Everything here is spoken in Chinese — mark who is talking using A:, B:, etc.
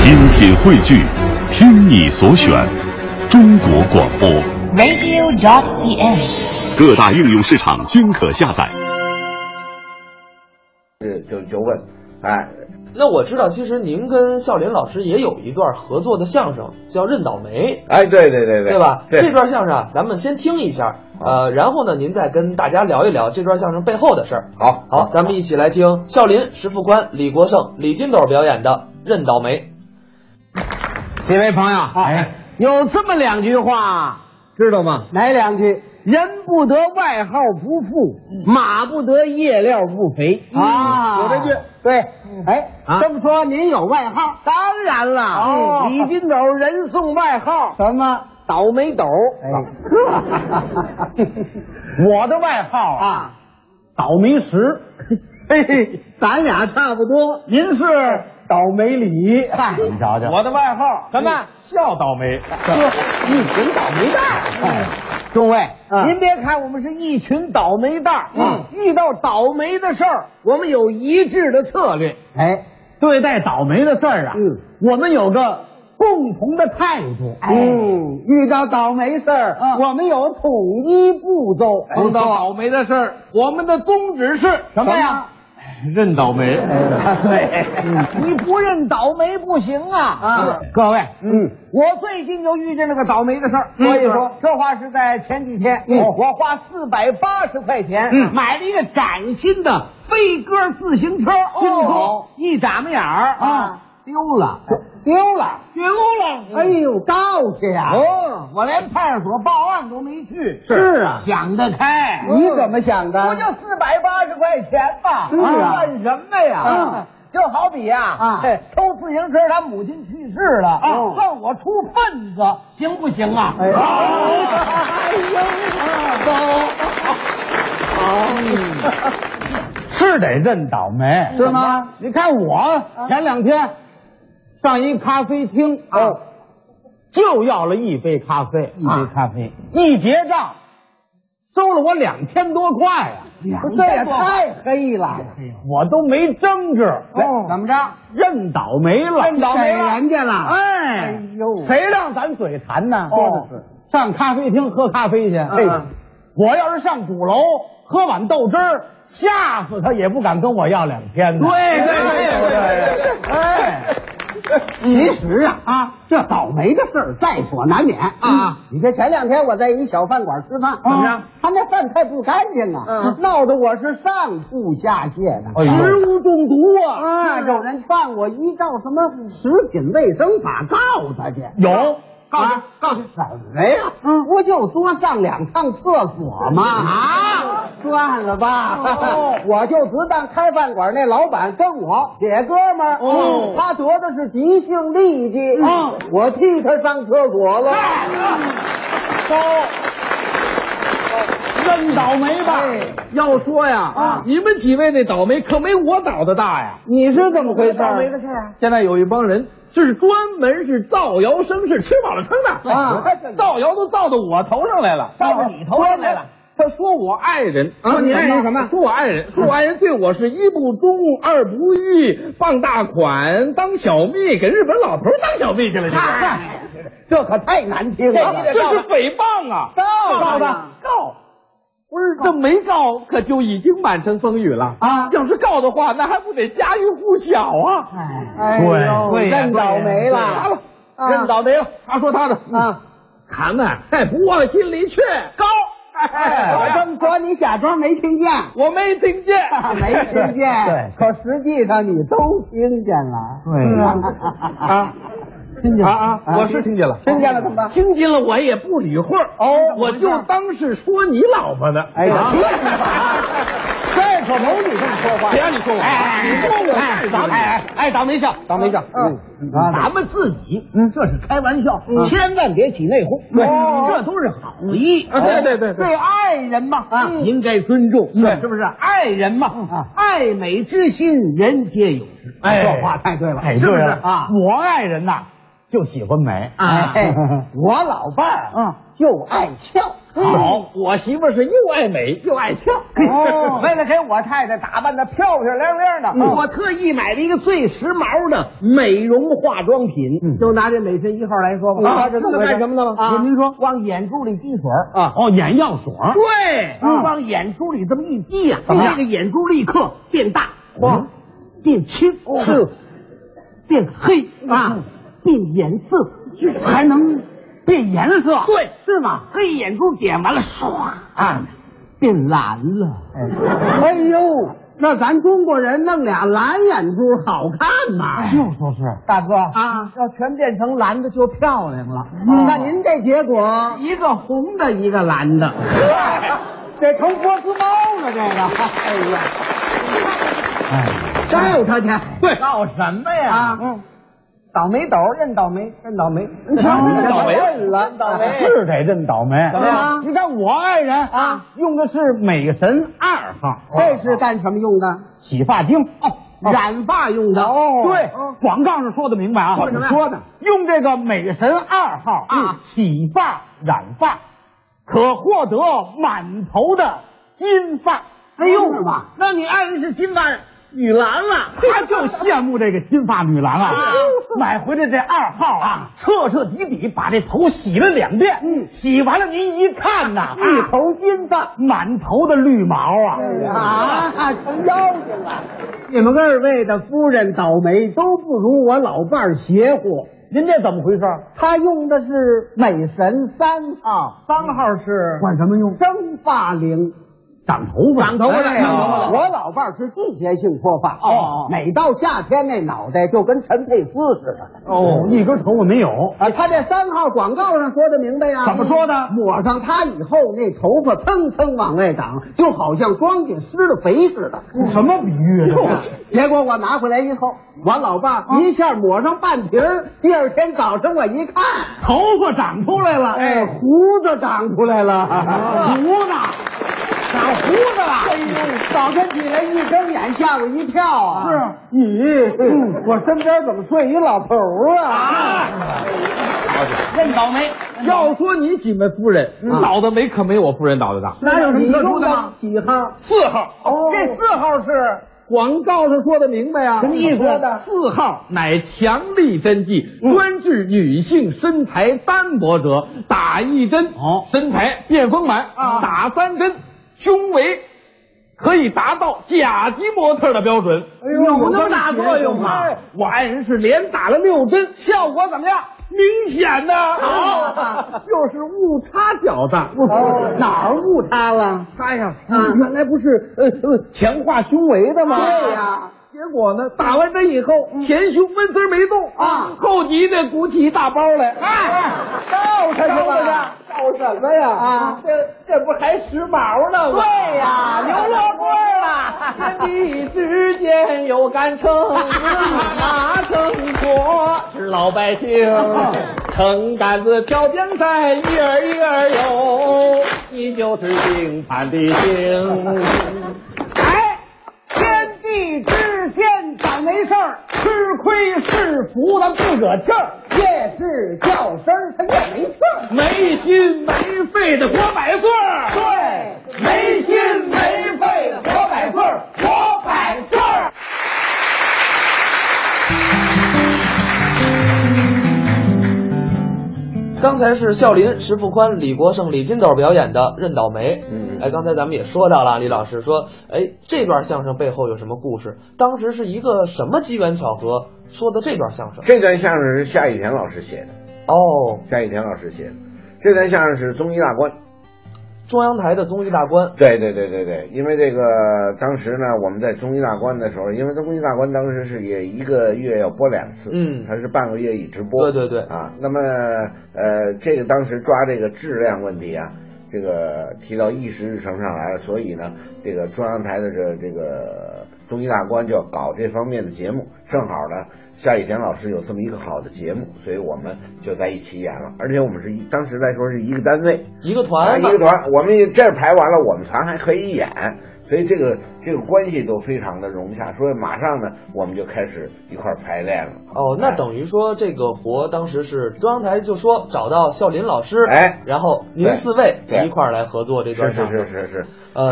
A: 精品汇聚，听你所选，中国广播。
B: radio.cn。
A: 各大应用市场均可下载。
C: 就就就问，哎，
D: 那我知道，其实您跟笑林老师也有一段合作的相声，叫《认倒霉》，
C: 哎，对对对对，
D: 对吧？
C: 对啊
D: 这段相声啊，咱们先听一下，呃，然后呢，您再跟大家聊一聊这段相声背后的事儿。
C: 好
D: 好，咱们一起来听笑林、石富宽、李国盛、李金斗表演的《认倒霉》。
E: 几位朋友，哎，有这么两句话，知道吗？哪两句？人不得外号不富，马不得夜料不肥啊，嗯有这句。对，哎，这么说您有外号？当然了，李金斗人送外号哦什么？哎倒霉斗。 我的外号啊，倒霉石。 嘿嘿，咱俩差不多。您是倒霉李，嗨，你瞧瞧，我的外号什么？笑倒霉，哎哥，一群倒霉蛋儿。众位，您别看我们是一群倒霉蛋儿，嗯，遇到倒霉的事儿，我们有一致的策略。哎，对待倒霉的事儿啊，嗯，我们有个共同的态度。
F: 哎
E: 嗯，遇到倒霉事儿，我们有统一步骤。
F: 啊碰到倒霉的事儿，我们的宗旨是哎
E: 什么呀？哎
F: 认倒霉。
E: 对，你不认倒霉不行啊！啊，各位，嗯，我最近就遇见了个倒霉的事儿，所以说这话嗯是嗯在前几天，我花四百八十块钱买了一个崭新的飞鸽自行车，新车一眨巴眼儿哦啊。丢了，丢了，丢了！哎呦，告去呀！哦，我连派出所报案都没去。是啊，想得开。你怎么想的？不就四百八十块钱吗？是啊，嗯算什么呀？就好比呀，啊，偷自行车，他母亲去世了，哦算我出份子，行不行啊？哎呦，好。是得认倒霉，啊是吗？啊你看我前两天上一咖啡厅啊，就要了一杯咖啡，一
F: 啊
E: 杯咖啡，一结账收了我两千多块啊！这也太黑了，我都没争执，哎怎么着？认倒霉了，认倒霉了，人家了。哎呦，哦谁让咱嘴馋呢？说
F: 哦
E: 的是上咖啡厅喝咖啡
F: 嗯
E: 去，哎，我要是上鼓楼喝碗豆汁儿，吓死他也不敢跟我要两千呢。对对对对对，哎。其实啊啊，这倒霉的事儿在所难免啊。哦你看前两天我在一小饭馆吃饭，怎么着？他那饭菜不干净啊，闹得我是上吐下泻的，食物中毒啊！啊，有人劝我依照什么食品卫生法告他去，有。告诉告诉什啊么呀？嗯，不就多上两趟厕所吗？啊，哦算了吧， 我就只当开饭馆那老板跟我姐哥们儿，哦，他得的是急性痢疾，啊，我替他上厕所了，都哦认倒霉吧。
F: 要说呀，
E: 啊
F: 你们几位那倒霉可没我倒的大呀。
E: 你是怎么回事？
F: 倒霉
E: 的事啊？
F: 现在有一帮人，这是专门是造谣生事，吃饱了撑的哎
E: 啊
F: 造谣都造到我头上来了，
E: 造到你头上来了。
F: 他说我爱人
E: 啊
F: 说
E: 你爱人
F: 怎
E: 什么啊
F: 说我爱人，说我爱人对我是一不忠，二不义，傍大款，当小蜜，给日本老头当小蜜去了，这是。
E: 这可太难听
F: 啊这是诽谤啊！
E: 告
F: 告他告，不是这没告可就已经满城风雨了
E: 啊
F: 要是告的话，那还不得家喻户晓啊？
E: 哎呦
F: 对呀
E: 认倒霉
F: 对呀
E: 了，啊认倒霉了
F: 他说他的，嗯
E: 啊！
F: 谈谈，哎，不往心里去，告，
E: 我这
F: 哎，
E: 么说，你假装没听见。
F: 我 没听见，
E: 没听见，可实际上你都听见了。对
F: 啊，听见啊啊，我是听见了，
E: 听见了怎么办？
F: 听见了，我也不理会儿
E: 哦
F: 我就当是说你老婆呢，
E: 哎呀
F: 啊
E: 这 这可没你这么说话
F: 谁哎让你说我？你说我干什么？
E: 哎，倒霉笑，倒
F: 啊
E: 霉笑。嗯，咱们自己，嗯，这是开玩笑，
F: 嗯
E: 千万别起内讧。对，这都是好意。
F: 啊对对对对嗯
E: 对爱人嘛，啊，应该尊重，对，是不是？爱人嘛，啊爱美之心，人皆有之。
F: 哎
E: 这话太对了，
F: 哎
E: 是不是
F: 对了
E: 啊？哎
F: 我爱人呐，就喜欢美
E: 哎，我老伴儿，嗯，又爱俏。
F: 好，我媳妇儿是又爱美又爱俏。
E: 哦， 为了给我太太打扮的漂漂亮亮的，
F: 嗯
E: 我特意买了一个最时髦的美容化妆品。就拿这美珍一号来说吧，
F: 嗯啊
E: 你知道
F: 这是干什么的吗
E: 啊，
F: 您您说
E: 往眼珠里滴水儿
G: 啊，哦，眼药水，
E: 对，
G: 啊
E: 往眼珠里这么一滴呀、
G: 怎么样
E: 这个眼珠立刻变大，
G: 嚯
E: 嗯，变青，哦，变黑啊，变颜色，还能变颜色，对，是吗？黑眼珠点完了，唰啊，变蓝了。哎呦，那咱中国人弄俩蓝眼珠好看吗？
G: 说是
E: 哎大哥啊，嗯要全变成蓝的就漂亮了。那您这结果，一个红的，一个蓝的， 这成波斯猫了，这个。哎呀，照他去，
F: 对
E: 照什么呀？啊，嗯，倒霉斗，认倒霉，认倒霉。你瞧，
G: 认
E: 倒
F: 霉了
E: 认嗯了，啊倒霉
G: 是得认倒霉。
E: 怎么样
G: 你看我爱人
E: 啊，
G: 用的是美神二号，
E: 这是干什么用的？
G: 洗发精哦。
E: 染发用的。
G: 哦，对
E: 嗯，
G: 广告上说的明白啊，
E: 说什么呀
G: 说的？用这个美神二号
E: 啊
G: 洗发染发，可获得满头的金发。
E: 哎呦是吧
G: 那你爱人是金发女郎啊？他就羡慕这个金发女郎啊！买回来这二号啊，彻彻底底把这头洗了两遍。嗯，啊洗完了您一看呐，一头金发，满头的绿毛啊！
E: 啊，成妖精了！你们二位的夫人倒霉都不如我老伴儿邪乎。
G: 您这怎么回事？
E: 他用的是美神三号，
G: 啊
E: 三号是管什么用？生发灵，
G: 长头发， 哎长
E: 头发
G: 长头发。
E: 哎我老伴儿是季节性脱发，
G: 哦
E: 每到夏天那脑袋就跟陈佩斯似的。
G: 哦，一根头发没有。
E: 啊，他这三号广告上说的明白呀、
G: 怎么说的
E: 抹上它以后，那头发蹭蹭往外长，就好像庄稼施了肥似的。
F: 嗯
G: 什么比喻啊？
E: 结果我拿回来以后，我老爸
G: 哦
E: 一下抹上半瓶儿，第二天早上我一看，
G: 头发长出来了，
E: 哎，胡子长出来了，
F: 啊
E: 胡子长胡子了。哎呦，早晨起来一睁眼，吓我一跳啊！是，咦，我身边怎么睡一老头儿啊？
F: 认倒霉。嗯要说你几位夫人脑子没可没我夫人脑子大。
E: 那有什么特殊的吗？几号？
F: 四号
E: 哦，这四号是
F: 广告上说的明白啊，
E: 什么意思嗯
F: 四号乃强力针剂，专治女性身材单薄者，打一针
G: 哦
F: 身材变丰满，
E: 啊
F: 打三针胸围可以达到甲级模特的标准。
E: 哎有那么大作用吗？
F: 哎我爱人是连打了六针，
E: 效果怎么样？啊
F: 明显呐、
E: 好
F: 就是误差较大。
E: 哪儿误差了？
F: 他呀，
E: 啊
F: 原来不是呃呃强化胸围的吗？
E: 对呀
F: 结果呢，打完针以后，前胸纹丝儿没动
E: 啊
F: 后脊呢鼓起一大包来。
E: 哎，照什么了？
F: 照什么呀？
E: 啊
F: 这这不还时髦呢吗？
E: 对呀刘罗锅了
F: 天地之间有杆秤，马秤砣是老百 姓，撑杆子挑江山，一儿一儿有，你就是姓潘的姓。
E: 哎，天地之间咋没事儿？
F: 吃亏是福，他不惹气儿，
E: 越是叫声儿，他越没事儿。
F: 没心没肺的活百岁儿。
E: 对，没心没肺的活百岁儿，活百岁儿。
D: 刚才是笑林、石富宽、李国盛、李金斗表演的《认倒霉》。
C: 嗯
D: 哎，刚才咱们也说到了，李老师说，哎，这段相声背后有什么故事？当时是一个什么机缘巧合说的这段相声？
C: 这段相声是夏雨田老师写的，
D: 哦，
C: 夏雨田老师写的。这段相声是综艺大观，
D: 中央台的综艺大观。
C: 对对对对对，因为这个当时呢，我们在综艺大观的时候，因为综艺大观当时是也一个月要播两次，
D: 嗯
C: 它是半个月一直播，
D: 对对对
C: 啊，那么呃，这个当时抓这个质量问题啊，这个提到议事日程上来了，所以呢，这个中央台的这这个综艺大观就要搞这方面的节目，正好呢。夏雨田老师有这么一个好的节目，所以我们就在一起演了，而且我们是一当时来说是一个单位，
D: 一个
C: 啊，
D: 团
C: 一
D: 嘛，
C: 个团，我们这儿排完了，我们团还可以演，所以这个这个关系都非常的融洽，所以马上呢，我们就开始一块儿排练了。
D: 哦，那等于说这个活当时是中央台就说找到笑林老师，
C: 哎
D: 然后
C: 对
D: 您四位
C: 对
D: 一块儿来合作这
C: 是
D: 段
C: 是
D: 相声，
C: 是是是，
D: 呃，